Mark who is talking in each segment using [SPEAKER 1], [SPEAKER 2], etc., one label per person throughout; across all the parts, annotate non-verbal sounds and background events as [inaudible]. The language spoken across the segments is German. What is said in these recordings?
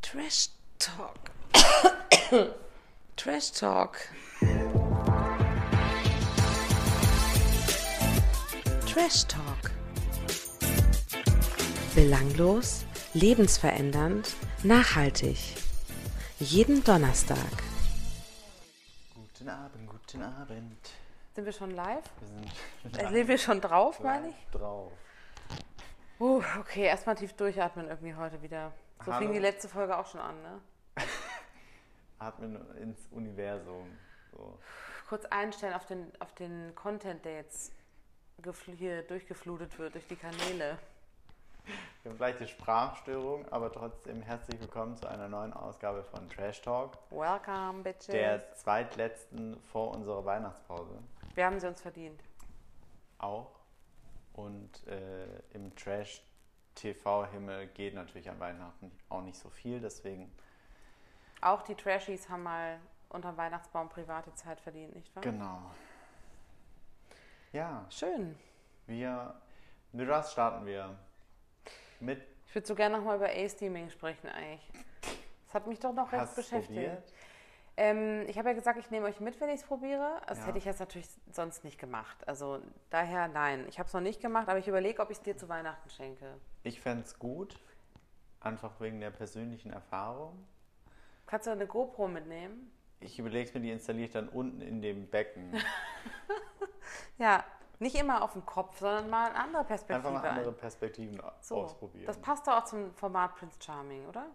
[SPEAKER 1] Trash Talk. Trash Talk. Trash Talk. Belanglos, lebensverändernd, nachhaltig. Jeden Donnerstag.
[SPEAKER 2] Guten Abend, guten Abend.
[SPEAKER 1] Sind wir schon live?
[SPEAKER 2] Wir sind
[SPEAKER 1] [laughs] Äh, Sind wir schon drauf, meine ich?
[SPEAKER 2] drauf.
[SPEAKER 1] Uh, okay, erstmal tief durchatmen irgendwie heute wieder. So
[SPEAKER 2] Hallo.
[SPEAKER 1] fing die letzte Folge auch schon an, ne?
[SPEAKER 2] Atmen ins Universum. So.
[SPEAKER 1] Kurz einstellen auf den, auf den Content, der jetzt gefl- hier durchgeflutet wird durch die Kanäle.
[SPEAKER 2] Wir haben leichte Sprachstörung, aber trotzdem herzlich willkommen zu einer neuen Ausgabe von Trash Talk,
[SPEAKER 1] Welcome, Bitches.
[SPEAKER 2] der zweitletzten vor unserer Weihnachtspause
[SPEAKER 1] Wir haben sie uns verdient.
[SPEAKER 2] auch. Und äh, im Trash TV-Himmel geht natürlich an Weihnachten auch nicht so viel, deswegen
[SPEAKER 1] Auch die Trashies haben mal unterm Weihnachtsbaum private Zeit verdient, nicht wahr?
[SPEAKER 2] genau. Ja,
[SPEAKER 1] Schön.
[SPEAKER 2] wir mit was starten wir? Mit
[SPEAKER 1] Ich würde so gerne nochmal über A-Steaming sprechen eigentlich. Das hat mich doch noch
[SPEAKER 2] Hast
[SPEAKER 1] recht
[SPEAKER 2] du's
[SPEAKER 1] beschäftigt.
[SPEAKER 2] probiert?
[SPEAKER 1] Ähm, ich habe ja gesagt, ich nehme euch mit, wenn ich es probiere. Das
[SPEAKER 2] Ja.
[SPEAKER 1] hätte ich jetzt natürlich sonst nicht gemacht. Also daher nein. Ich habe es noch nicht gemacht, aber ich überlege, ob ich es dir zu Weihnachten schenke.
[SPEAKER 2] Ich fände es gut, einfach wegen der persönlichen Erfahrung.
[SPEAKER 1] Kannst du eine GoPro mitnehmen?
[SPEAKER 2] Ich überlege es mir, die installiere ich dann unten in dem
[SPEAKER 1] [laughs]
[SPEAKER 2] Becken.
[SPEAKER 1] Ja, nicht immer auf dem Kopf, sondern mal eine andere Perspektive.
[SPEAKER 2] Einfach mal
[SPEAKER 1] ein.
[SPEAKER 2] andere Perspektiven au- ausprobieren.
[SPEAKER 1] Das passt doch auch zum Format Prince Charming, oder?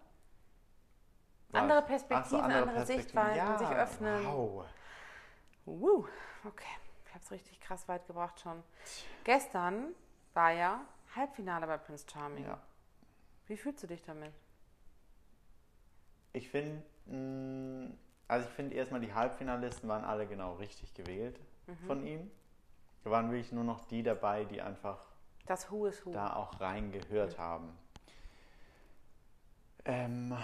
[SPEAKER 2] Was?
[SPEAKER 1] andere
[SPEAKER 2] Ach so,
[SPEAKER 1] Perspektiven, andere Sichtweiten, sich öffnen.
[SPEAKER 2] Wow.
[SPEAKER 1] Wuh, okay. Ich habe es richtig krass weit gebracht schon. Gestern war ja Halbfinale bei Prince Charming.
[SPEAKER 2] Ja.
[SPEAKER 1] Wie fühlst du dich damit?
[SPEAKER 2] Ich finde, also ich finde erstmal, die Halbfinalisten waren alle genau richtig gewählt
[SPEAKER 1] Mhm.
[SPEAKER 2] von ihm. Da waren wirklich nur noch die dabei, die einfach
[SPEAKER 1] Das Who is Who.
[SPEAKER 2] da auch reingehört haben. Ähm,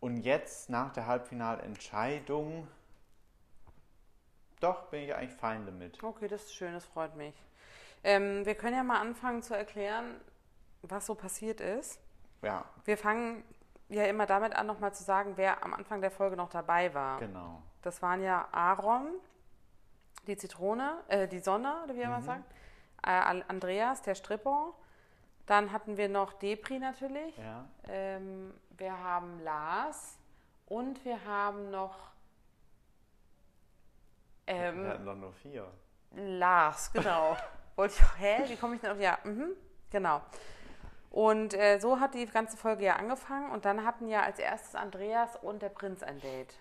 [SPEAKER 2] und jetzt nach der Halbfinalentscheidung, doch bin ich eigentlich fein damit.
[SPEAKER 1] Okay, das ist schön, das freut mich. Ähm, wir können ja mal anfangen zu erklären, was so passiert ist.
[SPEAKER 2] Ja,
[SPEAKER 1] Wir fangen ja immer damit an, nochmal zu sagen, wer am Anfang der Folge noch dabei war.
[SPEAKER 2] genau.
[SPEAKER 1] Das waren ja Aaron, die Zitrone, äh, die Sonne, oder wie er mal
[SPEAKER 2] Mhm.
[SPEAKER 1] sagt, äh, Al- Andreas, der Stripper. Dann hatten wir noch Depri natürlich.
[SPEAKER 2] Ja.
[SPEAKER 1] Ähm, wir haben Lars und wir haben noch
[SPEAKER 2] Wir
[SPEAKER 1] ähm,
[SPEAKER 2] hatten doch nur vier.
[SPEAKER 1] Lars, genau. Wollte ich, hä, wie komme ich denn auf, ja, mhm, genau. Und äh, so hat die ganze Folge ja angefangen und dann hatten ja als erstes Andreas und der Prinz ein Date.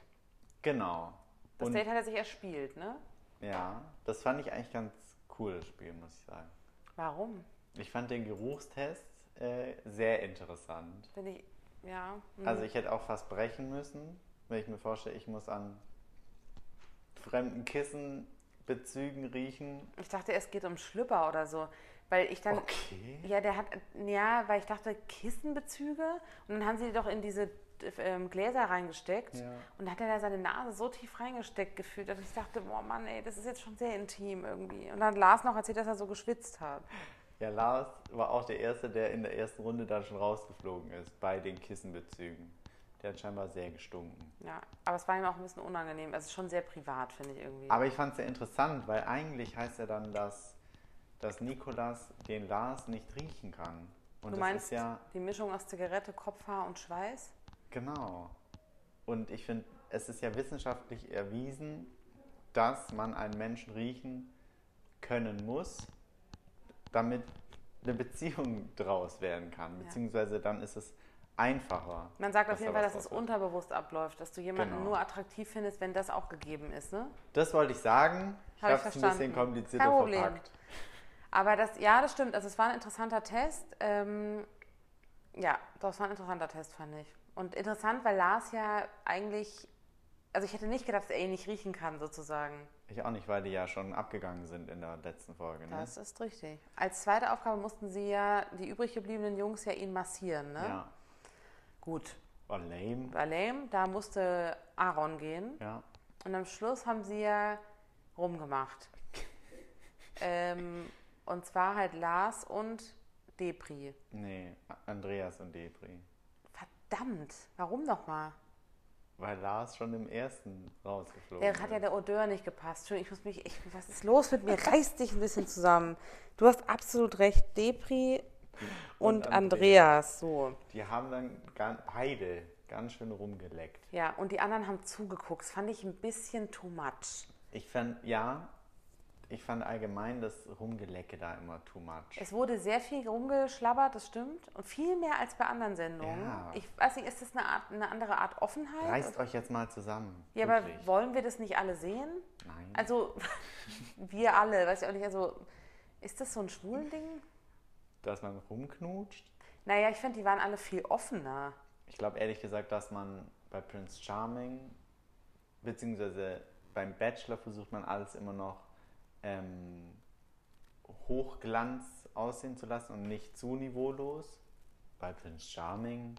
[SPEAKER 2] Genau.
[SPEAKER 1] Das
[SPEAKER 2] und
[SPEAKER 1] Date hat er sich erspielt, ne?
[SPEAKER 2] ja, das fand ich eigentlich ganz cool, das Spiel, muss ich sagen.
[SPEAKER 1] Warum?
[SPEAKER 2] Ich fand den Geruchstest äh, sehr interessant.
[SPEAKER 1] Bin ich, ja. mhm.
[SPEAKER 2] Also ich hätte auch fast brechen müssen, wenn ich mir vorstelle, ich muss an fremden Kissen, Bezügen riechen.
[SPEAKER 1] ich dachte, es geht um Schlüpper oder so. Weil ich dann.
[SPEAKER 2] Okay.
[SPEAKER 1] Ja, der hat. Ja, weil ich dachte, Kissenbezüge. Und dann haben sie die doch in diese ähm, Gläser reingesteckt.
[SPEAKER 2] Ja.
[SPEAKER 1] Und da hat er da seine Nase so tief reingesteckt gefühlt, dass ich dachte, boah, Mann, ey, das ist jetzt schon sehr intim irgendwie. Und dann Lars noch erzählt, dass er so geschwitzt hat.
[SPEAKER 2] Ja, Lars war auch der Erste, der in der ersten Runde dann schon rausgeflogen ist bei den Kissenbezügen. Der hat scheinbar sehr gestunken.
[SPEAKER 1] Ja, aber es war ihm auch ein bisschen unangenehm. Also schon sehr privat, finde ich irgendwie.
[SPEAKER 2] Aber ich fand es sehr interessant, weil eigentlich heißt ja dann, dass, dass Nikolas den Lars nicht riechen kann. Und
[SPEAKER 1] du
[SPEAKER 2] das
[SPEAKER 1] meinst
[SPEAKER 2] ist ja
[SPEAKER 1] die Mischung aus Zigarette, Kopfhaar und Schweiß?
[SPEAKER 2] genau. Und ich finde, es ist ja wissenschaftlich erwiesen, dass man einen Menschen riechen können muss, damit eine Beziehung [laughs] draus werden kann. Beziehungsweise dann ist es einfacher.
[SPEAKER 1] Man sagt auf
[SPEAKER 2] dass
[SPEAKER 1] jeden
[SPEAKER 2] da
[SPEAKER 1] Fall,
[SPEAKER 2] was
[SPEAKER 1] dass es
[SPEAKER 2] draus wird.
[SPEAKER 1] unterbewusst abläuft, dass du jemanden
[SPEAKER 2] Genau.
[SPEAKER 1] nur attraktiv findest, wenn das auch gegeben ist. Ne?
[SPEAKER 2] Das wollte ich sagen. Ich
[SPEAKER 1] Hab ich
[SPEAKER 2] habe es ein bisschen
[SPEAKER 1] verstanden.
[SPEAKER 2] komplizierter
[SPEAKER 1] Kein Problem.
[SPEAKER 2] verpackt.
[SPEAKER 1] Aber das, ja, das stimmt. Also es war ein interessanter Test. Ähm, ja, das war ein interessanter Test, fand ich. Und interessant, weil Lars ja eigentlich, also ich hätte nicht gedacht, dass er ihn nicht riechen kann, sozusagen.
[SPEAKER 2] Ich auch nicht, weil die ja schon abgegangen sind in der letzten Folge. Ne?
[SPEAKER 1] Das ist richtig. Als zweite Aufgabe mussten sie ja, die übrig gebliebenen Jungs ja ihn massieren, ne?
[SPEAKER 2] Ja.
[SPEAKER 1] Gut.
[SPEAKER 2] War lame.
[SPEAKER 1] War lame, da musste Aaron gehen.
[SPEAKER 2] Ja.
[SPEAKER 1] Und am Schluss haben sie ja rumgemacht. ähm, und zwar halt Lars und Depri.
[SPEAKER 2] Nee, Andreas und Debris.
[SPEAKER 1] Verdammt, warum nochmal?
[SPEAKER 2] Weil Lars schon im ersten rausgeflogen
[SPEAKER 1] Der Äh, hat ja der Odeur nicht gepasst. Entschuldigung, ich muss mich. Ich, was ist los mit mir? Reiß dich ein bisschen zusammen. Du hast absolut recht. Depri und,
[SPEAKER 2] Und
[SPEAKER 1] Andreas.
[SPEAKER 2] Andreas.
[SPEAKER 1] So.
[SPEAKER 2] Die haben dann gan- beide ganz schön rumgeleckt.
[SPEAKER 1] Ja, und die anderen haben zugeguckt. Das fand ich ein bisschen too much.
[SPEAKER 2] Ich fand, ja, ich fand allgemein das Rumgelecke da immer too much.
[SPEAKER 1] Es wurde sehr viel rumgeschlabbert, das stimmt. Und viel mehr als bei anderen Sendungen.
[SPEAKER 2] Ja.
[SPEAKER 1] Ich weiß nicht, ist das eine, Art, eine andere Art Offenheit?
[SPEAKER 2] Reißt euch jetzt mal zusammen.
[SPEAKER 1] ja, aber
[SPEAKER 2] wirklich.
[SPEAKER 1] wollen wir das nicht alle sehen?
[SPEAKER 2] Nein.
[SPEAKER 1] Also, [laughs] wir alle, weiß ich auch nicht. Also, ist das so ein schwulen Ding?
[SPEAKER 2] dass man rumknutscht.
[SPEAKER 1] Naja, ich fand, die waren alle viel offener.
[SPEAKER 2] Ich glaube ehrlich gesagt, dass man bei Prince Charming, beziehungsweise beim Bachelor versucht man alles immer noch ähm, hochglanz aussehen zu lassen und nicht zu niveaulos. Bei Prince Charming,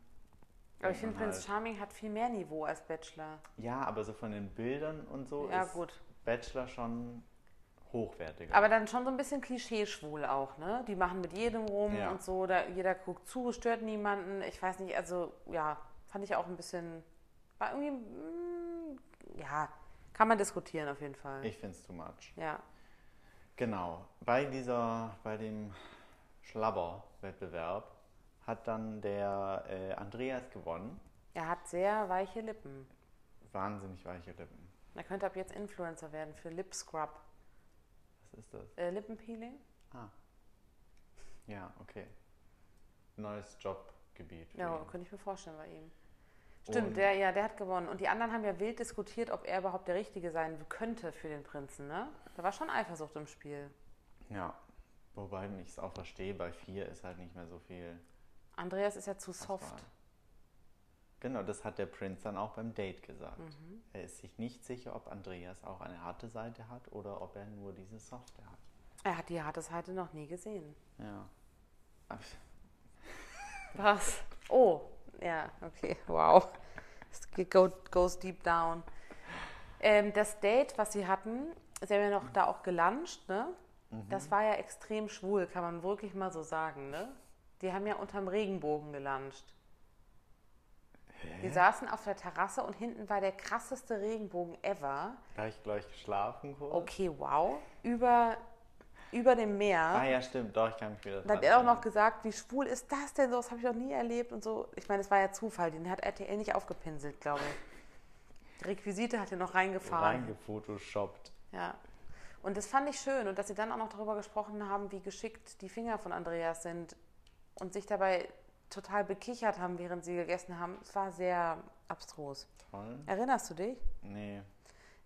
[SPEAKER 1] Aber ich finde,
[SPEAKER 2] man
[SPEAKER 1] Prinz
[SPEAKER 2] halt.
[SPEAKER 1] Charming hat viel mehr Niveau als Bachelor.
[SPEAKER 2] ja, aber so von den Bildern und so
[SPEAKER 1] Ja,
[SPEAKER 2] ist
[SPEAKER 1] gut.
[SPEAKER 2] Bachelor schon hochwertiger.
[SPEAKER 1] Aber dann schon so ein bisschen klischee-schwul auch, ne? Die machen mit jedem rum
[SPEAKER 2] Ja.
[SPEAKER 1] und so, da, jeder guckt zu, stört niemanden. Ich weiß nicht, also ja, fand ich auch ein bisschen. War irgendwie. mm, ja, kann man diskutieren auf jeden Fall.
[SPEAKER 2] ich finde es too much.
[SPEAKER 1] ja.
[SPEAKER 2] Genau. Bei dieser, bei dem Schlabber-Wettbewerb hat dann der äh, Andreas gewonnen.
[SPEAKER 1] Er hat sehr weiche Lippen.
[SPEAKER 2] Wahnsinnig weiche Lippen.
[SPEAKER 1] Er könnte ab jetzt Influencer werden für Lip Scrub.
[SPEAKER 2] Was ist das?
[SPEAKER 1] Äh, Lippenpeeling?
[SPEAKER 2] Ah. Ja, okay. Neues Jobgebiet. für
[SPEAKER 1] Ja,
[SPEAKER 2] ihn.
[SPEAKER 1] könnte ich mir vorstellen bei ihm. Stimmt,
[SPEAKER 2] Und-
[SPEAKER 1] der, ja, der hat gewonnen. Und die anderen haben ja wild diskutiert, ob er überhaupt der Richtige sein könnte für den Prinzen, ne? Da war schon Eifersucht im Spiel.
[SPEAKER 2] Ja. Wobei ich es auch verstehe, bei vier ist halt nicht mehr so viel.
[SPEAKER 1] Andreas ist ja zu
[SPEAKER 2] Auswahl.
[SPEAKER 1] soft.
[SPEAKER 2] Genau, das hat der Prinz dann auch beim Date gesagt.
[SPEAKER 1] Mhm.
[SPEAKER 2] Er ist sich nicht sicher, ob Andreas auch eine harte Seite hat oder ob er nur diese softe hat.
[SPEAKER 1] Er hat die harte Seite noch nie gesehen.
[SPEAKER 2] Ja. Aber-
[SPEAKER 1] Was? Oh, ja, okay, wow. Es geht- go- goes deep down. Ähm, das Date, was sie hatten, sie haben ja noch da auch geluncht, ne? Das war ja extrem schwul, kann man wirklich mal so sagen, ne? Die haben ja unterm Regenbogen geluncht. Die saßen auf der Terrasse und hinten war der krasseste Regenbogen ever.
[SPEAKER 2] Da hab ich gleich geschlafen kurz.
[SPEAKER 1] Okay, wow. Über, über dem Meer.
[SPEAKER 2] Ah ja, stimmt, doch, ich kann mich wieder
[SPEAKER 1] Und hat
[SPEAKER 2] dran
[SPEAKER 1] er auch noch
[SPEAKER 2] erinnern.
[SPEAKER 1] gesagt, wie schwul ist das denn so? Das habe ich noch nie erlebt und so. Ich meine, es war ja Zufall, den hat RTL nicht aufgepinselt, glaube ich. Die Requisite hat er noch reingefahren.
[SPEAKER 2] Reingefotoshoppt.
[SPEAKER 1] ja. Und das fand ich schön und dass sie dann auch noch darüber gesprochen haben, wie geschickt die Finger von Andreas sind und sich dabei total bekichert haben, während sie gegessen haben. Es war sehr abstrus.
[SPEAKER 2] Toll.
[SPEAKER 1] Erinnerst du dich?
[SPEAKER 2] Nee.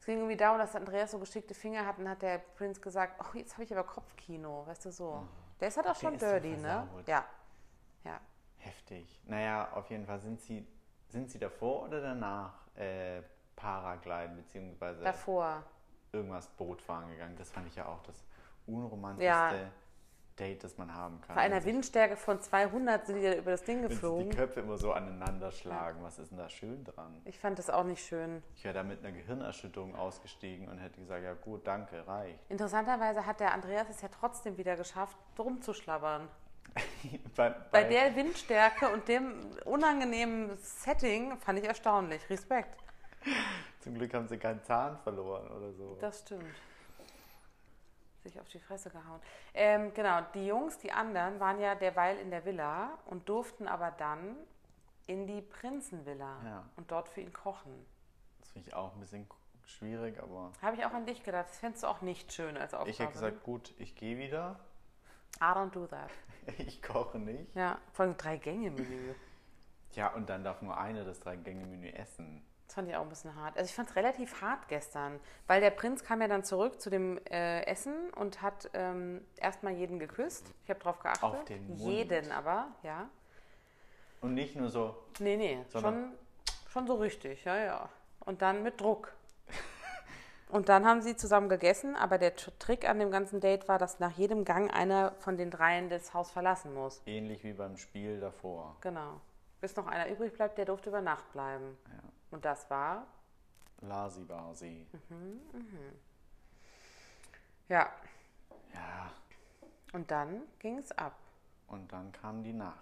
[SPEAKER 1] Es ging irgendwie darum, dass Andreas so geschickte Finger hat und hat der Prinz gesagt, oh, jetzt habe ich aber Kopfkino, weißt du so. Der ist halt auch schon
[SPEAKER 2] Mhm. ist so
[SPEAKER 1] dirty, ne?
[SPEAKER 2] versaut.
[SPEAKER 1] Ja. Ja.
[SPEAKER 2] Heftig. Naja, auf jeden Fall sind sie, sind sie davor oder danach äh, Paragliden
[SPEAKER 1] Äh,
[SPEAKER 2] beziehungsweise
[SPEAKER 1] Davor.
[SPEAKER 2] irgendwas Boot fahren gegangen. Das fand ich ja auch das unromantischste
[SPEAKER 1] Ja.
[SPEAKER 2] Date, das man haben kann.
[SPEAKER 1] Bei
[SPEAKER 2] Also,
[SPEAKER 1] einer
[SPEAKER 2] Wenn sich-
[SPEAKER 1] Windstärke von 200 sind die da über das Ding
[SPEAKER 2] wenn sich die
[SPEAKER 1] geflogen.
[SPEAKER 2] Köpfe immer so aneinander schlagen. Was ist denn da schön dran?
[SPEAKER 1] Ich fand das auch nicht schön.
[SPEAKER 2] Ich wäre da mit einer Gehirnerschütterung ausgestiegen und hätte gesagt, ja gut, danke, reicht. [laughs]
[SPEAKER 1] Interessanterweise hat der Andreas es ja trotzdem wieder geschafft, rumzuschlabbern.
[SPEAKER 2] bei,
[SPEAKER 1] Bei der Windstärke und dem unangenehmen Setting fand ich erstaunlich. Respekt.
[SPEAKER 2] Zum Glück haben sie keinen Zahn verloren oder so.
[SPEAKER 1] Das stimmt. Sich auf die Fresse gehauen. Ähm, genau, die Jungs, die anderen, waren ja derweil in der Villa und durften aber dann in die Prinzenvilla
[SPEAKER 2] Ja.
[SPEAKER 1] und dort für ihn kochen.
[SPEAKER 2] Das finde ich auch ein bisschen schwierig, aber
[SPEAKER 1] Habe ich auch an dich gedacht. Das fändest du auch nicht schön als Aufgabe. ne?
[SPEAKER 2] ich hätte gesagt, gut, ich gehe wieder, [laughs]
[SPEAKER 1] I don't do that.
[SPEAKER 2] ich koche nicht.
[SPEAKER 1] Ja, vor allem drei Gänge-Menü.
[SPEAKER 2] Ja, und dann darf nur einer das Drei-Gänge-Menü essen.
[SPEAKER 1] Das fand ich auch ein bisschen hart. Also ich fand es relativ hart gestern, weil der Prinz kam ja dann zurück zu dem äh, Essen und hat ähm, erstmal jeden geküsst. Ich habe drauf geachtet.
[SPEAKER 2] Auf den Mund.
[SPEAKER 1] Jeden aber, ja.
[SPEAKER 2] Und nicht nur so,
[SPEAKER 1] Nee, nee, schon,
[SPEAKER 2] Sondern-
[SPEAKER 1] schon so richtig, ja, ja. Und dann mit Druck. [laughs] Und dann haben sie zusammen gegessen, aber der Tr- Trick an dem ganzen Date war, dass nach jedem Gang einer von den dreien das Haus verlassen muss.
[SPEAKER 2] ähnlich wie beim Spiel davor.
[SPEAKER 1] Genau. Bis noch einer übrig bleibt, der durfte über Nacht bleiben.
[SPEAKER 2] Ja.
[SPEAKER 1] Und das war
[SPEAKER 2] Lasi Basi.
[SPEAKER 1] Ja,
[SPEAKER 2] Ja,
[SPEAKER 1] und dann ging's ab.
[SPEAKER 2] und dann kam die Nacht.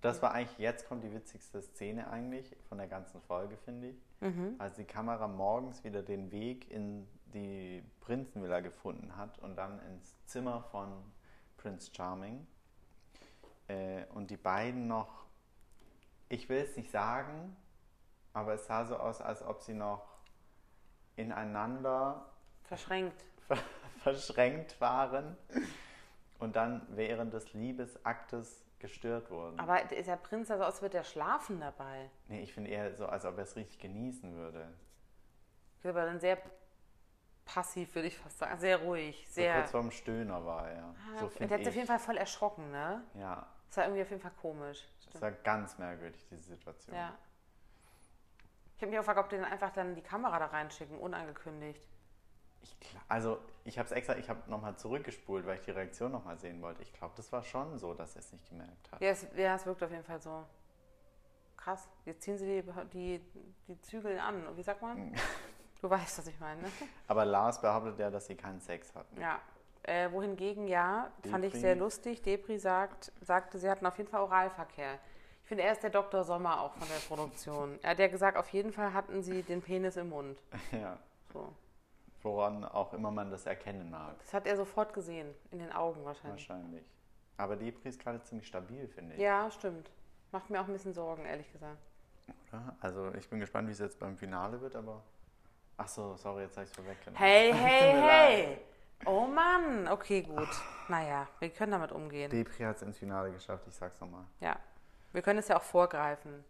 [SPEAKER 2] Das war eigentlich, jetzt kommt die witzigste Szene eigentlich von der ganzen Folge, finde ich.
[SPEAKER 1] Mhm.
[SPEAKER 2] Als die Kamera morgens wieder den Weg in die Prinzenvilla gefunden hat und dann ins Zimmer von Prince Charming. Äh, und die beiden noch, ich will es nicht sagen, aber es sah so aus, als ob sie noch ineinander
[SPEAKER 1] Verschränkt.
[SPEAKER 2] ver- [laughs] verschränkt waren und dann während des Liebesaktes gestört wurden.
[SPEAKER 1] Aber ist der Prinz also aus, wird der schlafen dabei?
[SPEAKER 2] nee, ich finde eher so, als ob er es richtig genießen würde.
[SPEAKER 1] Das ist aber dann sehr passiv, würde ich fast sagen. Sehr ruhig,
[SPEAKER 2] So
[SPEAKER 1] sehr. Ah,
[SPEAKER 2] kurz vorm Stöhner war er. so
[SPEAKER 1] der
[SPEAKER 2] finde
[SPEAKER 1] hat sich
[SPEAKER 2] ich.
[SPEAKER 1] auf jeden Fall voll erschrocken, ne?
[SPEAKER 2] ja,
[SPEAKER 1] Das war irgendwie auf jeden Fall komisch.
[SPEAKER 2] das
[SPEAKER 1] Stimmt.
[SPEAKER 2] war ganz merkwürdig, diese Situation.
[SPEAKER 1] Ja. Ich habe mich auch gefragt, ob die dann einfach dann die Kamera da reinschicken, unangekündigt.
[SPEAKER 2] Ich, gl- also, ich habe es extra, ich habe nochmal zurückgespult, weil ich die Reaktion nochmal sehen wollte. Ich glaube, das war schon so, dass er es nicht gemerkt hat.
[SPEAKER 1] Ja es, ja, es wirkt auf jeden Fall so. Krass, jetzt ziehen sie die, die, die Zügel an. Und Wie sagt man? Du weißt, was ich meine. Ne?
[SPEAKER 2] Aber Lars behauptet ja, dass sie keinen Sex hatten.
[SPEAKER 1] Ja. Äh, wohingegen, ja, fand ich
[SPEAKER 2] Depri.
[SPEAKER 1] sehr lustig. Depri sagt, sagte, sie hatten auf jeden Fall Oralverkehr. Ich finde, er ist der Dr. Sommer auch von der Produktion. Er hat ja gesagt, auf jeden Fall hatten sie den Penis im Mund.
[SPEAKER 2] [laughs] ja.
[SPEAKER 1] So.
[SPEAKER 2] Woran auch immer man das erkennen mag.
[SPEAKER 1] Das hat er sofort gesehen, in den Augen wahrscheinlich.
[SPEAKER 2] Wahrscheinlich. Aber Depri ist gerade ziemlich stabil, finde ich.
[SPEAKER 1] Ja, stimmt. Macht mir auch ein bisschen Sorgen, ehrlich gesagt.
[SPEAKER 2] Oder? Also ich bin gespannt, wie es jetzt beim Finale wird, aber. Ach so, sorry, jetzt habe ich es vorweggenommen.
[SPEAKER 1] Hey, hey,
[SPEAKER 2] mir
[SPEAKER 1] hey! Oh Mann! Okay, gut. Naja, wir können damit umgehen.
[SPEAKER 2] Depri hat es ins Finale geschafft, ich sag's nochmal.
[SPEAKER 1] Ja. Wir können es ja auch
[SPEAKER 2] [laughs]
[SPEAKER 1] vorgreifen.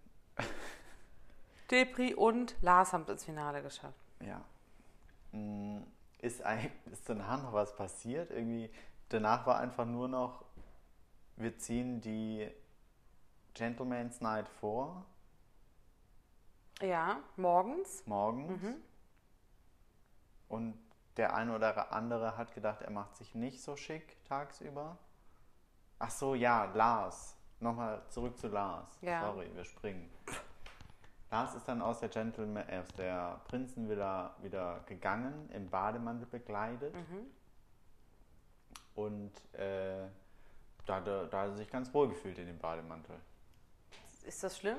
[SPEAKER 1] Depri und Lars haben es ins Finale geschafft.
[SPEAKER 2] Ja. Mm, Ist, ein, [laughs] ist danach noch was passiert? Irgendwie, danach war einfach nur noch, wir ziehen die Gentleman's Night vor,
[SPEAKER 1] Ja, morgens.
[SPEAKER 2] morgens. Und der eine oder andere hat gedacht, er macht sich nicht so schick tagsüber. Ach so, ja, Lars. Nochmal zurück zu Lars.
[SPEAKER 1] Ja.
[SPEAKER 2] Sorry, wir springen. Lars ist dann aus der Gentleman, äh, aus der Prinzenvilla wieder gegangen, im Bademantel bekleidet. Und äh, da, hat er- da hat er sich ganz wohl gefühlt in dem Bademantel.
[SPEAKER 1] Ist das schlimm?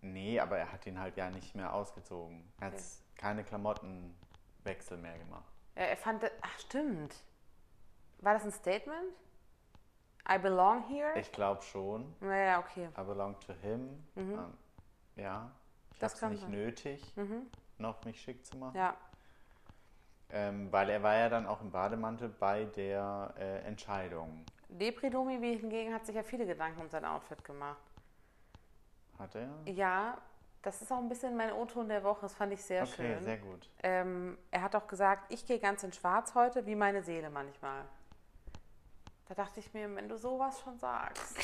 [SPEAKER 2] Nee, aber er hat ihn halt ja nicht mehr ausgezogen. Er hat keine Klamottenwechsel mehr gemacht.
[SPEAKER 1] Ja, Er fand. Ach, stimmt. War das ein Statement? I belong here?
[SPEAKER 2] Ich glaube schon.
[SPEAKER 1] Naja, okay.
[SPEAKER 2] I belong to him. Ähm, ja. Ich
[SPEAKER 1] Mhm. Das
[SPEAKER 2] habe es
[SPEAKER 1] kann
[SPEAKER 2] nicht
[SPEAKER 1] sein. Mhm.
[SPEAKER 2] nötig, noch mich schick zu machen.
[SPEAKER 1] Ja,
[SPEAKER 2] Ähm, weil er war ja dann auch im Bademantel bei der äh, Entscheidung.
[SPEAKER 1] Depridomi wie hingegen hat sich ja viele Gedanken um sein Outfit gemacht.
[SPEAKER 2] Hat er?
[SPEAKER 1] Ja, das ist auch ein bisschen mein O-Ton der Woche, das fand ich sehr
[SPEAKER 2] okay,
[SPEAKER 1] schön.
[SPEAKER 2] sehr gut.
[SPEAKER 1] ähm, er hat auch gesagt, ich gehe ganz in schwarz heute, wie meine Seele manchmal. Da dachte ich mir, wenn du sowas schon sagst,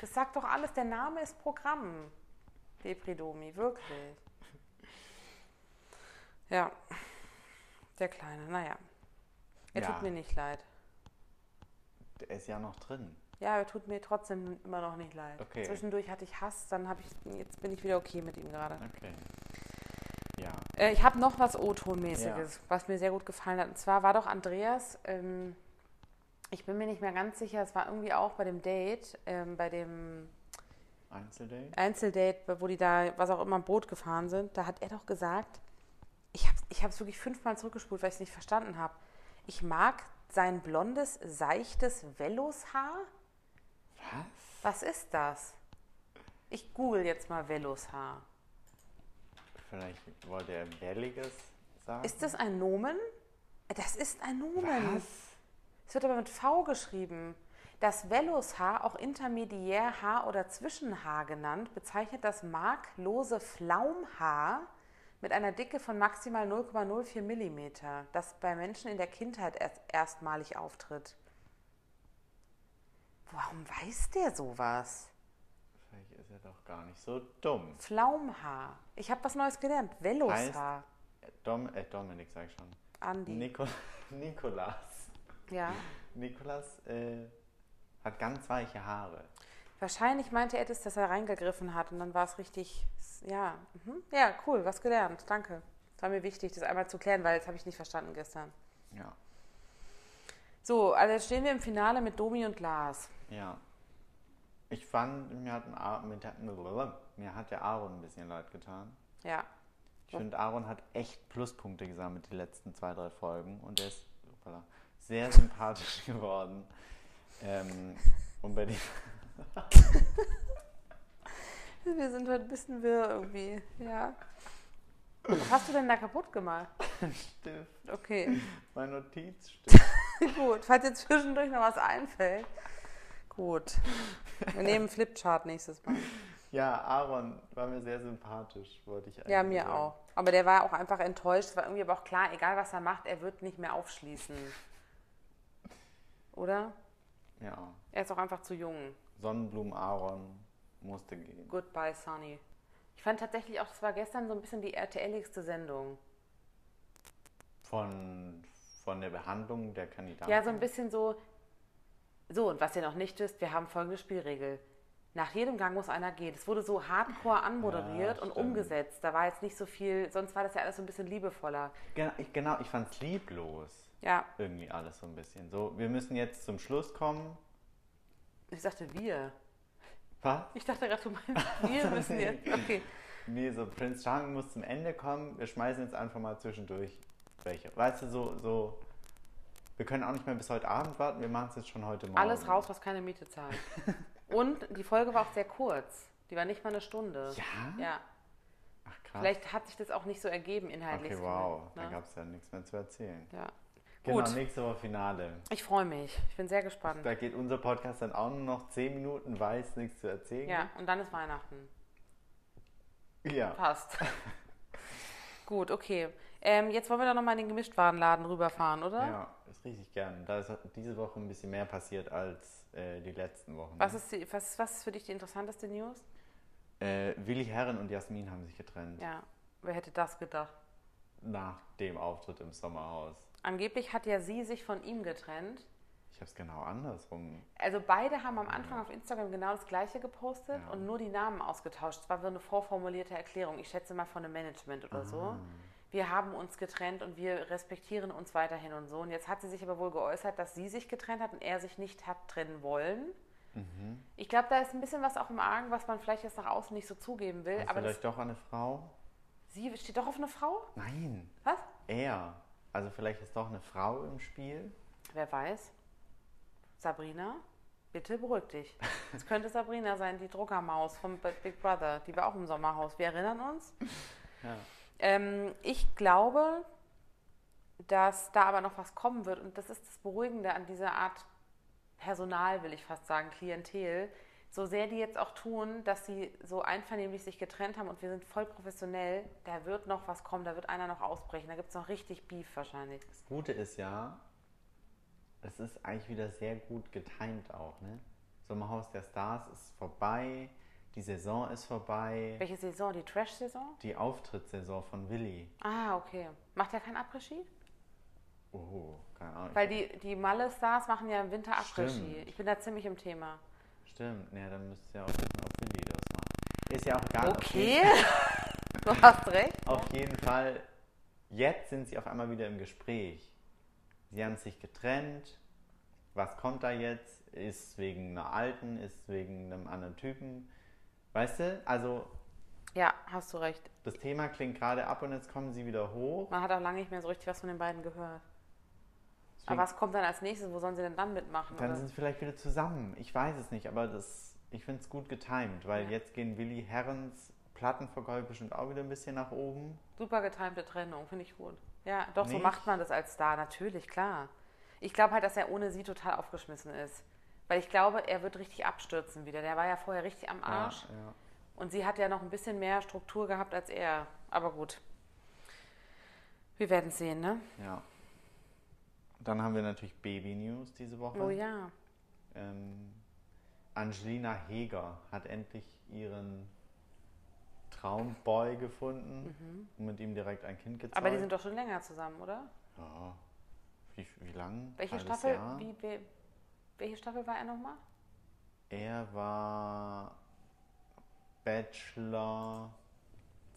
[SPEAKER 1] das sagt doch alles, der Name ist Programm. Depridomi, wirklich. Ja, der Kleine, naja. Er
[SPEAKER 2] Ja.
[SPEAKER 1] tut mir nicht leid.
[SPEAKER 2] Der ist ja noch drin.
[SPEAKER 1] Ja, er tut mir trotzdem immer noch nicht leid.
[SPEAKER 2] Okay.
[SPEAKER 1] Zwischendurch hatte ich Hass, dann habe ich, jetzt bin ich wieder okay mit ihm gerade.
[SPEAKER 2] Okay. Ja.
[SPEAKER 1] Äh, ich habe noch was O-Ton-mäßiges, was mir sehr gut gefallen hat. Und zwar war doch Andreas, ähm, ich bin mir nicht mehr ganz sicher, es war irgendwie auch bei dem Date, ähm, bei dem
[SPEAKER 2] Einzeldate?
[SPEAKER 1] Einzeldate, wo die da, was auch immer, im Boot gefahren sind, da hat er doch gesagt, ich habe es ich hab's wirklich fünfmal zurückgespult, weil ich es nicht verstanden habe. Ich mag sein blondes, seichtes Vellushaar. Was
[SPEAKER 2] Was?
[SPEAKER 1] ist das? Ich google jetzt mal Vellushaar.
[SPEAKER 2] Vielleicht wollte er Welliges sagen?
[SPEAKER 1] Ist das ein Nomen? Das ist ein Nomen.
[SPEAKER 2] Was?
[SPEAKER 1] Es wird aber mit V geschrieben. Das Vellushaar, auch Intermediärhaar oder Zwischenhaar genannt, bezeichnet das marklose Flaumhaar mit einer Dicke von maximal 0,04 mm, das bei Menschen in der Kindheit erst, erstmalig auftritt. Warum weiß der sowas?
[SPEAKER 2] Vielleicht ist er doch gar nicht so dumm.
[SPEAKER 1] Flaumhaar. Ich habe was Neues gelernt. Vellushaar.
[SPEAKER 2] Dom, äh, Dominik, sag ich schon.
[SPEAKER 1] Andi.
[SPEAKER 2] Nico, [laughs] Nikolas.
[SPEAKER 1] Ja.
[SPEAKER 2] Nikolas äh, hat ganz weiche Haare.
[SPEAKER 1] Wahrscheinlich meinte er das, dass er reingegriffen hat und dann war es richtig, ja, mhm. ja, cool, was gelernt, danke. Das war mir wichtig, das einmal zu klären, weil das habe ich nicht verstanden gestern.
[SPEAKER 2] Ja.
[SPEAKER 1] So, also jetzt stehen wir im Finale mit Domi und Lars.
[SPEAKER 2] Ja. Ich fand, mir hat, ein Ar- mit- mir hat der Aaron ein bisschen leid getan.
[SPEAKER 1] Ja.
[SPEAKER 2] Ich
[SPEAKER 1] Oh.
[SPEAKER 2] finde, Aaron hat echt Pluspunkte gesammelt die letzten zwei, drei Folgen und er ist hoppala, sehr sympathisch [laughs] geworden. Ähm, und bei dem, [laughs]
[SPEAKER 1] Wir sind heute ein bisschen wirr irgendwie. Ja. Was hast du denn da kaputt gemacht?
[SPEAKER 2] Stift,
[SPEAKER 1] Okay, [laughs]
[SPEAKER 2] mein Notizstift.
[SPEAKER 1] gut. Falls dir zwischendurch noch was einfällt. Gut. Wir nehmen einen Flipchart nächstes Mal.
[SPEAKER 2] Ja, Aaron war mir sehr sympathisch, wollte ich eigentlich
[SPEAKER 1] Ja, mir
[SPEAKER 2] sagen.
[SPEAKER 1] auch. Aber der war auch einfach enttäuscht. War irgendwie aber auch klar, egal was er macht, er wird nicht mehr aufschließen. Oder?
[SPEAKER 2] Ja,
[SPEAKER 1] Er ist auch einfach zu jung.
[SPEAKER 2] Sonnenblumen Aaron musste gehen.
[SPEAKER 1] Goodbye, Sunny. Ich fand tatsächlich auch, das war gestern so ein bisschen die RTLigste Sendung.
[SPEAKER 2] Von, von der Behandlung der Kandidaten.
[SPEAKER 1] Ja, so ein bisschen so. So, und was ihr noch nicht wisst, wir haben folgende Spielregel. Nach jedem Gang muss einer gehen. Es wurde so hardcore anmoderiert
[SPEAKER 2] Ja,
[SPEAKER 1] und
[SPEAKER 2] stimmt.
[SPEAKER 1] umgesetzt. Da war jetzt nicht so viel, sonst war das ja alles so ein bisschen liebevoller.
[SPEAKER 2] Genau, ich, genau, ich fand's lieblos.
[SPEAKER 1] Ja,
[SPEAKER 2] Irgendwie alles so ein bisschen. So, wir müssen jetzt zum Schluss kommen.
[SPEAKER 1] ich sagte wir.
[SPEAKER 2] Was?
[SPEAKER 1] Ich dachte gerade, du meinst, wir
[SPEAKER 2] [laughs]
[SPEAKER 1] müssen jetzt. Okay.
[SPEAKER 2] Nee, so Prinz Charming muss zum Ende kommen. Wir schmeißen jetzt einfach mal zwischendurch welche. Weißt du, so, so. Wir können auch nicht mehr bis heute Abend warten. Wir machen es jetzt schon heute Morgen.
[SPEAKER 1] Alles raus, was keine Miete zahlt.
[SPEAKER 2] [laughs]
[SPEAKER 1] Und die Folge war auch sehr kurz. Die war nicht mal eine Stunde.
[SPEAKER 2] Ja?
[SPEAKER 1] Ja.
[SPEAKER 2] Ach krass.
[SPEAKER 1] Vielleicht hat sich das auch nicht so ergeben inhaltlich.
[SPEAKER 2] okay, wow. Da
[SPEAKER 1] Ne?
[SPEAKER 2] gab es ja nichts mehr zu erzählen.
[SPEAKER 1] Ja.
[SPEAKER 2] Genau,
[SPEAKER 1] Gut.
[SPEAKER 2] nächste Woche Finale.
[SPEAKER 1] Ich freue mich. Ich bin sehr gespannt.
[SPEAKER 2] Da geht unser Podcast dann auch nur noch 10 Minuten, weil es nichts zu erzählen
[SPEAKER 1] Ja, und dann ist Weihnachten.
[SPEAKER 2] gibt. Ja.
[SPEAKER 1] Passt.
[SPEAKER 2] [laughs]
[SPEAKER 1] Gut, okay. Ähm, jetzt wollen wir doch nochmal in den Gemischtwarenladen riefahren, oder?
[SPEAKER 2] Ja, das richtig gern. Da ist diese Woche ein bisschen mehr passiert als äh, die letzten Wochen.
[SPEAKER 1] Was, ist die, was, was ist für dich die interessanteste News?
[SPEAKER 2] Äh, Willi Herren und Jasmin haben sich getrennt.
[SPEAKER 1] Ja, wer hätte das gedacht?
[SPEAKER 2] Nach dem Auftritt im Sommerhaus.
[SPEAKER 1] Angeblich hat ja sie sich von ihm getrennt.
[SPEAKER 2] Ich habe es genau andersrum.
[SPEAKER 1] Also beide haben am Anfang auf Instagram genau das gleiche gepostet
[SPEAKER 2] Ja.
[SPEAKER 1] und nur die Namen ausgetauscht. Es war so eine vorformulierte Erklärung. Ich schätze mal von einem Management oder so.
[SPEAKER 2] Ah.
[SPEAKER 1] Wir haben uns getrennt und wir respektieren uns weiterhin und so. Und jetzt hat sie sich aber wohl geäußert, dass sie sich getrennt hat und er sich nicht hat trennen wollen.
[SPEAKER 2] Mhm.
[SPEAKER 1] Ich glaube, da ist ein bisschen was auch im Argen, was man vielleicht jetzt nach außen nicht so zugeben will.
[SPEAKER 2] Ist
[SPEAKER 1] aber das,
[SPEAKER 2] vielleicht doch eine Frau?
[SPEAKER 1] sie steht doch auf eine Frau?
[SPEAKER 2] Nein,
[SPEAKER 1] Was?
[SPEAKER 2] er. Also vielleicht ist doch eine Frau im Spiel.
[SPEAKER 1] Wer weiß? Sabrina, bitte beruhig dich. Es könnte Sabrina sein, die Druckermaus vom B- Big Brother. Die war auch im Sommerhaus. Wir erinnern uns.
[SPEAKER 2] Ja.
[SPEAKER 1] Ähm, ich glaube, dass da aber noch was kommen wird. Und das ist das Beruhigende an dieser Art Personal, will ich fast sagen, Klientel. So sehr die jetzt auch tun, dass sie so einvernehmlich sich getrennt haben und wir sind voll professionell, da wird noch was kommen, da wird einer noch ausbrechen, da gibt es noch richtig Beef wahrscheinlich.
[SPEAKER 2] Das Gute ist ja, es ist eigentlich wieder sehr gut getimt auch, ne? Sommerhaus der Stars ist vorbei, die Saison ist vorbei,
[SPEAKER 1] Welche Saison? Die Trash-Saison?
[SPEAKER 2] die Auftrittssaison von Willi.
[SPEAKER 1] Ah, okay. Macht er keinen Après-Ski?
[SPEAKER 2] Oh, keine Ahnung.
[SPEAKER 1] Weil die, die Malle-Stars machen ja im Winter Après-Ski.
[SPEAKER 2] Stimmt.
[SPEAKER 1] Ich bin da ziemlich im Thema.
[SPEAKER 2] Stimmt, ne, dann müsst ihr auch wissen, ob Willi das macht. Ist ja auch egal. auf
[SPEAKER 1] Okay.
[SPEAKER 2] [laughs]
[SPEAKER 1] Du hast recht.
[SPEAKER 2] Auf jeden Fall, jetzt sind sie auf einmal wieder im Gespräch. Sie haben sich getrennt. Was kommt da jetzt? Ist wegen einer alten, ist wegen einem anderen Typen. Weißt du, also
[SPEAKER 1] Ja, hast du recht.
[SPEAKER 2] das Thema klingt gerade ab und jetzt kommen sie wieder hoch.
[SPEAKER 1] Man hat auch lange nicht mehr so richtig was von den beiden gehört.
[SPEAKER 2] Deswegen,
[SPEAKER 1] Aber was kommt dann als nächstes? Wo sollen sie denn dann mitmachen?
[SPEAKER 2] dann
[SPEAKER 1] oder?
[SPEAKER 2] sind sie vielleicht wieder zusammen. Ich weiß es nicht, aber das, ich finde es gut getimt, weil
[SPEAKER 1] Ja.
[SPEAKER 2] jetzt gehen Willi Herrens Plattenverkäufe bestimmt auch wieder ein bisschen nach oben.
[SPEAKER 1] Super getimte Trennung, finde ich gut. Ja, doch, so
[SPEAKER 2] Nicht?
[SPEAKER 1] macht man das als Star, natürlich, klar. Ich glaube halt, dass er ohne sie total aufgeschmissen ist. Weil ich glaube, er wird richtig abstürzen wieder. Der war ja vorher richtig am
[SPEAKER 2] Ja,
[SPEAKER 1] Arsch.
[SPEAKER 2] ja.
[SPEAKER 1] Und sie hat ja noch ein bisschen mehr Struktur gehabt als er. Aber gut. Wir werden es sehen, ne?
[SPEAKER 2] Ja. Dann haben wir natürlich Baby News diese Woche.
[SPEAKER 1] Oh ja.
[SPEAKER 2] Ähm, Angelina Heger hat endlich ihren Traumboy gefunden und mit ihm direkt ein Kind gezeugt.
[SPEAKER 1] Mhm. Aber die sind doch schon länger zusammen, oder?
[SPEAKER 2] ja. Wie, wie lang?
[SPEAKER 1] Welche
[SPEAKER 2] Halbes
[SPEAKER 1] Staffel?
[SPEAKER 2] Jahr?
[SPEAKER 1] Wie, wie, welche Staffel war er nochmal?
[SPEAKER 2] Er war Bachelor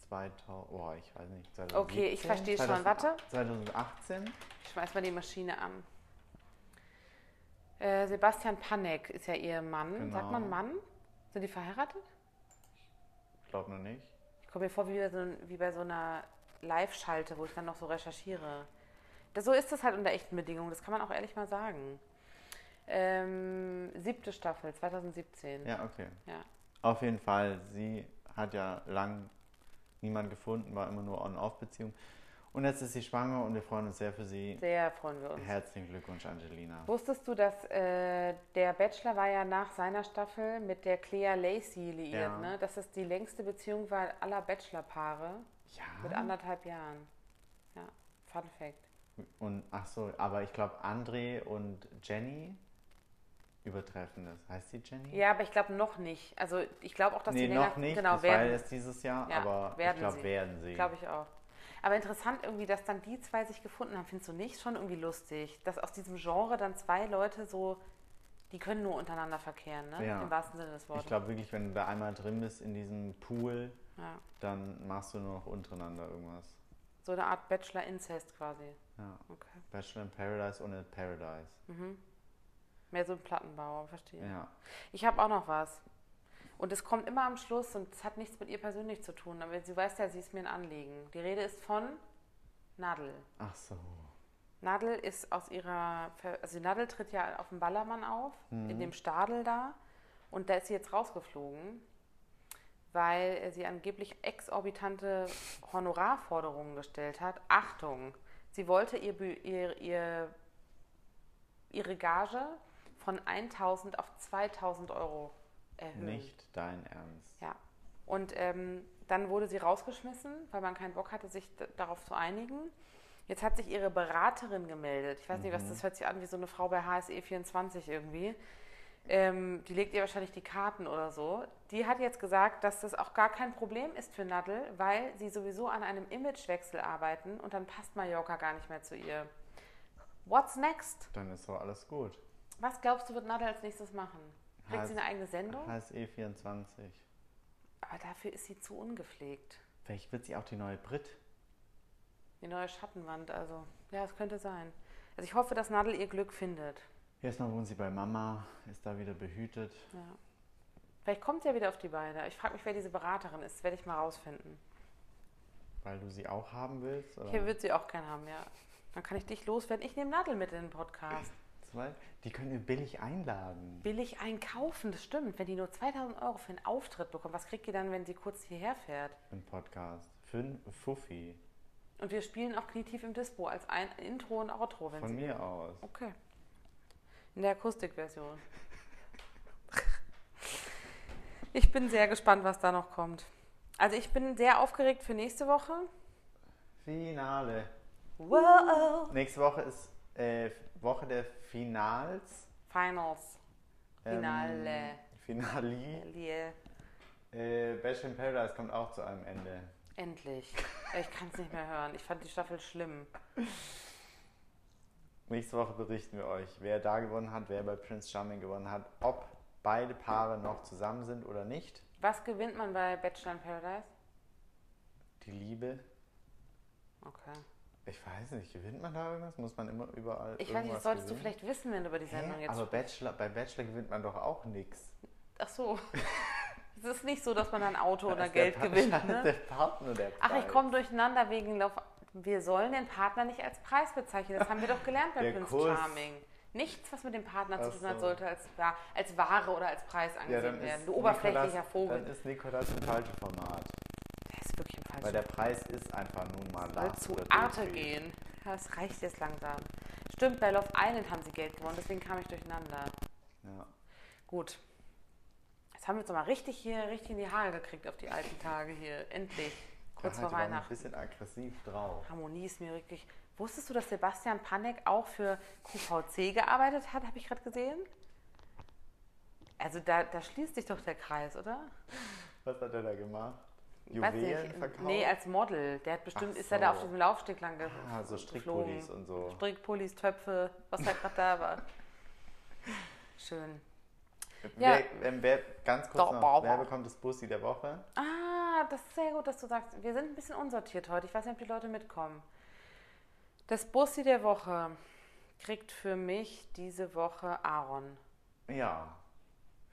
[SPEAKER 2] 2000. Oh, ich weiß nicht. 2017,
[SPEAKER 1] Okay, ich verstehe schon.
[SPEAKER 2] 2000
[SPEAKER 1] Warte.
[SPEAKER 2] 2018?
[SPEAKER 1] Ich schmeiß mal die Maschine an. Äh, Sebastian Panek ist ja ihr Mann.
[SPEAKER 2] Genau.
[SPEAKER 1] Sagt man Mann? Sind die verheiratet?
[SPEAKER 2] Ich glaube noch nicht.
[SPEAKER 1] Ich komme mir vor wie bei so, wie bei so einer Live-Schalte, wo ich dann noch so recherchiere. Das, so ist das halt unter echten Bedingungen, das kann man auch ehrlich mal sagen. Ähm, siebte Staffel, 2017.
[SPEAKER 2] Ja, okay.
[SPEAKER 1] Mhm. Ja.
[SPEAKER 2] Auf jeden Fall, sie hat ja lang niemand gefunden, war immer nur On-Off-Beziehung. Und jetzt ist sie schwanger und wir freuen uns sehr für sie.
[SPEAKER 1] Sehr Oh, freuen wir uns.
[SPEAKER 2] Herzlichen Glückwunsch, Angelina.
[SPEAKER 1] Wusstest du, dass äh, der Bachelor war ja nach seiner Staffel mit der Clea Lacey liiert,
[SPEAKER 2] Ja.
[SPEAKER 1] ne? dass das die längste Beziehung war aller Bachelor-Paare mit
[SPEAKER 2] Ja.
[SPEAKER 1] anderthalb Jahren. Ja, Fun Fact.
[SPEAKER 2] Und ach so, aber ich glaube, André und Jenny übertreffen das. Heißt sie Jenny?
[SPEAKER 1] Ja, aber ich glaube noch nicht. Also ich glaube auch, dass
[SPEAKER 2] nee,
[SPEAKER 1] die länger
[SPEAKER 2] noch nicht.
[SPEAKER 1] genau
[SPEAKER 2] das war
[SPEAKER 1] werden.
[SPEAKER 2] erst dieses Jahr,
[SPEAKER 1] Ja,
[SPEAKER 2] aber
[SPEAKER 1] werden
[SPEAKER 2] ich glaube,
[SPEAKER 1] sie.
[SPEAKER 2] werden sie.
[SPEAKER 1] Glaube ich auch. Aber interessant irgendwie, dass dann die zwei sich gefunden haben. Findest du nicht schon irgendwie lustig, dass aus diesem Genre dann zwei Leute so, die können nur untereinander verkehren, ne?
[SPEAKER 2] Ja.
[SPEAKER 1] Im wahrsten Sinne des Wortes.
[SPEAKER 2] Ich glaube wirklich, wenn du da einmal drin bist in diesem Pool,
[SPEAKER 1] ja.
[SPEAKER 2] dann machst du nur noch untereinander irgendwas.
[SPEAKER 1] So eine Art Bachelor-Incest quasi.
[SPEAKER 2] Ja.
[SPEAKER 1] Okay.
[SPEAKER 2] Bachelor in Paradise ohne Paradise.
[SPEAKER 1] Mehr so ein Plattenbauer, verstehe.
[SPEAKER 2] Ja.
[SPEAKER 1] Ich habe auch noch was. Und es kommt immer am Schluss und es hat nichts mit ihr persönlich zu tun, aber sie weiß ja, sie ist mir ein Anliegen. Die Rede ist von Nadel.
[SPEAKER 2] Ach so.
[SPEAKER 1] Nadel ist aus ihrer, Ver- also Nadel tritt ja auf dem Ballermann auf, in dem Stadel da. Und da ist sie jetzt rausgeflogen, weil äh, sie angeblich exorbitante Honorarforderungen gestellt hat. Achtung, sie wollte ihr, Bü- ihr, ihr, ihre Gage von 1000 auf 2000 Euro erhöhen.
[SPEAKER 2] Nicht dein Ernst.
[SPEAKER 1] Ja. Und ähm, dann wurde sie rausgeschmissen, weil man keinen Bock hatte, sich d- darauf zu einigen. Jetzt hat sich ihre Beraterin gemeldet. Ich weiß nicht, was das hört sich an wie so eine Frau bei HSE24 irgendwie. Ähm, die legt ihr wahrscheinlich die Karten oder so. Die hat jetzt gesagt, dass das auch gar kein Problem ist für Nadel, weil sie sowieso an einem Imagewechsel arbeiten und dann passt Mallorca gar nicht mehr zu ihr. What's next?
[SPEAKER 2] Dann ist doch alles gut.
[SPEAKER 1] Was glaubst du, wird Nadel als nächstes machen? Kriegt
[SPEAKER 2] HS
[SPEAKER 1] sie eine eigene Sendung?
[SPEAKER 2] E HSE24.
[SPEAKER 1] Aber dafür ist sie zu ungepflegt.
[SPEAKER 2] Vielleicht wird sie auch die neue Brit.
[SPEAKER 1] Die neue Schattenwand, also. Ja, es könnte sein. Also ich hoffe, dass Nadel ihr Glück findet.
[SPEAKER 2] Erstmal wohnt sie bei Mama, ist da wieder behütet.
[SPEAKER 1] Ja. Vielleicht kommt sie ja wieder auf die Beine. Ich frage mich, wer diese Beraterin ist. Werde ich mal rausfinden.
[SPEAKER 2] Weil du sie auch haben willst? Oder?
[SPEAKER 1] Hier wird sie auch gern haben, ja. Dann kann ich dich loswerden. Ich nehme Nadel mit in den Podcast.
[SPEAKER 2] Zwei? Die können wir billig einladen.
[SPEAKER 1] Billig einkaufen, das stimmt. Wenn die nur 2000 Euro für einen Auftritt bekommt, was kriegt die dann, wenn sie kurz hierher fährt?
[SPEAKER 2] Im Podcast. Für einen Fuffi.
[SPEAKER 1] Und wir spielen auch knietief im Dispo als ein Intro und Outro, wenn
[SPEAKER 2] Von
[SPEAKER 1] sie.
[SPEAKER 2] mir aus.
[SPEAKER 1] Okay. In der Akustikversion. Ich bin sehr gespannt, was da noch kommt. Also ich bin sehr aufgeregt für nächste Woche.
[SPEAKER 2] Finale.
[SPEAKER 1] Wow.
[SPEAKER 2] Nächste Woche ist äh, Woche der Finals.
[SPEAKER 1] Finals.
[SPEAKER 2] Ähm,
[SPEAKER 1] Finale.
[SPEAKER 2] Finali.
[SPEAKER 1] Elie.
[SPEAKER 2] Äh, Bachelor in Paradise kommt auch zu einem Ende.
[SPEAKER 1] Endlich. Ich kann es nicht mehr hören. Ich fand die Staffel schlimm.
[SPEAKER 2] Nächste Woche berichten wir euch, wer da gewonnen hat, wer bei Prince Charming gewonnen hat, ob beide Paare noch zusammen sind oder nicht.
[SPEAKER 1] Was gewinnt man bei Bachelor in Paradise?
[SPEAKER 2] Die Liebe.
[SPEAKER 1] Okay.
[SPEAKER 2] Ich weiß nicht, gewinnt man da irgendwas? Muss man immer überall.
[SPEAKER 1] Ich weiß
[SPEAKER 2] irgendwas
[SPEAKER 1] nicht, das solltest du
[SPEAKER 2] gewinnen?
[SPEAKER 1] vielleicht wissen, wenn du über die Sendung
[SPEAKER 2] Hä? Also
[SPEAKER 1] jetzt
[SPEAKER 2] Aber Bachelor, bei Bachelor gewinnt man doch auch nichts.
[SPEAKER 1] Ach so. [laughs] es ist nicht so, dass man ein Auto
[SPEAKER 2] Da
[SPEAKER 1] oder
[SPEAKER 2] ist der
[SPEAKER 1] Geld
[SPEAKER 2] [laughs] Pa-
[SPEAKER 1] gewinnt.
[SPEAKER 2] da ist
[SPEAKER 1] Ne?
[SPEAKER 2] Der Partner der
[SPEAKER 1] Ach, ich
[SPEAKER 2] Preis.
[SPEAKER 1] komme durcheinander wegen Lauf. Wir sollen den Partner nicht als Preis bezeichnen. Das haben wir doch gelernt bei
[SPEAKER 2] Der
[SPEAKER 1] Prince
[SPEAKER 2] Kuss.
[SPEAKER 1] Charming. Nichts, was mit dem Partner zu
[SPEAKER 2] Ach
[SPEAKER 1] tun hat,
[SPEAKER 2] so.
[SPEAKER 1] sollte als, wa- als Ware oder als Preis
[SPEAKER 2] Ja,
[SPEAKER 1] angesehen
[SPEAKER 2] dann
[SPEAKER 1] werden.
[SPEAKER 2] ist
[SPEAKER 1] Du oberflächlicher
[SPEAKER 2] Nikolas,
[SPEAKER 1] Vogel.
[SPEAKER 2] Dann ist Nikolas im falschen Format.
[SPEAKER 1] Der ist wirklich im
[SPEAKER 2] Weil
[SPEAKER 1] falschen
[SPEAKER 2] der Preis ist einfach nun mal
[SPEAKER 1] Soll
[SPEAKER 2] Lars
[SPEAKER 1] Also zu
[SPEAKER 2] oder
[SPEAKER 1] Arte
[SPEAKER 2] Delphi.
[SPEAKER 1] gehen. Ja, Das reicht jetzt langsam. Stimmt, bei Love Island haben sie Geld gewonnen, deswegen kam ich durcheinander.
[SPEAKER 2] Ja.
[SPEAKER 1] Gut. Jetzt haben wir uns doch mal richtig hier, richtig in die Haare gekriegt auf die alten Tage hier. Endlich. Kurz vor
[SPEAKER 2] Der halt war Ein
[SPEAKER 1] Weihnachten.
[SPEAKER 2] bisschen aggressiv drauf.
[SPEAKER 1] Harmonie ist mir wirklich. Wusstest du, dass Sebastian Panek auch für QVC gearbeitet hat, habe ich gerade gesehen? Also da, da schließt sich doch der Kreis, oder?
[SPEAKER 2] Was hat er da gemacht?
[SPEAKER 1] Ich weiß nicht.
[SPEAKER 2] Juwelen verkauft?
[SPEAKER 1] Nee, als Model. Der hat bestimmt,
[SPEAKER 2] Ach
[SPEAKER 1] ist er da
[SPEAKER 2] so.
[SPEAKER 1] auf diesem Laufsteg lang ge
[SPEAKER 2] ah, so Strickpullis und so.
[SPEAKER 1] Strickpullis, Töpfe, was da gerade da
[SPEAKER 2] [laughs]
[SPEAKER 1] war. Schön. Ja.
[SPEAKER 2] Wer, ähm, wer, ganz kurz
[SPEAKER 1] Doch,
[SPEAKER 2] noch,
[SPEAKER 1] Bauer.
[SPEAKER 2] wer bekommt das Bussi der Woche?
[SPEAKER 1] Ah, das ist sehr gut, dass du sagst, wir sind ein bisschen unsortiert heute. Ich weiß nicht, ob die Leute mitkommen. Das Bussi der Woche kriegt für mich diese Woche Aaron.
[SPEAKER 2] Ja,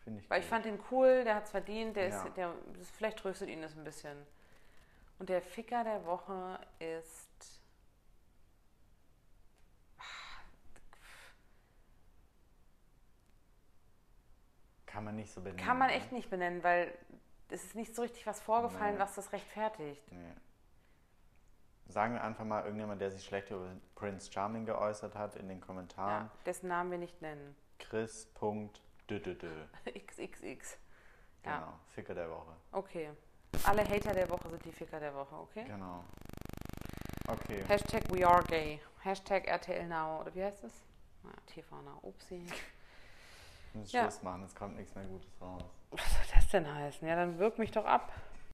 [SPEAKER 2] Finde ich
[SPEAKER 1] Weil ich
[SPEAKER 2] gut.
[SPEAKER 1] fand ihn cool, der hat's verdient, der
[SPEAKER 2] Ja.
[SPEAKER 1] ist, der, das- vielleicht tröstet ihn das ein bisschen. Und der Ficker der Woche ist.
[SPEAKER 2] Kann man nicht so benennen.
[SPEAKER 1] Kann man
[SPEAKER 2] ne?
[SPEAKER 1] echt nicht benennen, weil es ist nicht so richtig was vorgefallen,
[SPEAKER 2] Nee.
[SPEAKER 1] was das rechtfertigt.
[SPEAKER 2] Nee. Sagen wir einfach mal irgendjemand, der sich schlecht über Prince Charming geäußert hat, in den Kommentaren.
[SPEAKER 1] Ja, dessen Namen wir nicht nennen. [laughs]
[SPEAKER 2] Chris. Punkt. Dü, dü, dü.
[SPEAKER 1] XXX. Ja.
[SPEAKER 2] Genau. Ficker der Woche.
[SPEAKER 1] Okay. Alle Hater der Woche sind die Ficker der Woche, okay?
[SPEAKER 2] Genau. Okay.
[SPEAKER 1] Hashtag we are gay. Hashtag RTL Now. Oder wie heißt es? Na, TV Now. Upsi. [laughs]
[SPEAKER 2] Ich muss
[SPEAKER 1] Ja.
[SPEAKER 2] Schluss machen, es kommt nichts mehr Gutes raus.
[SPEAKER 1] Was soll das denn heißen? Ja, dann wirk mich doch ab.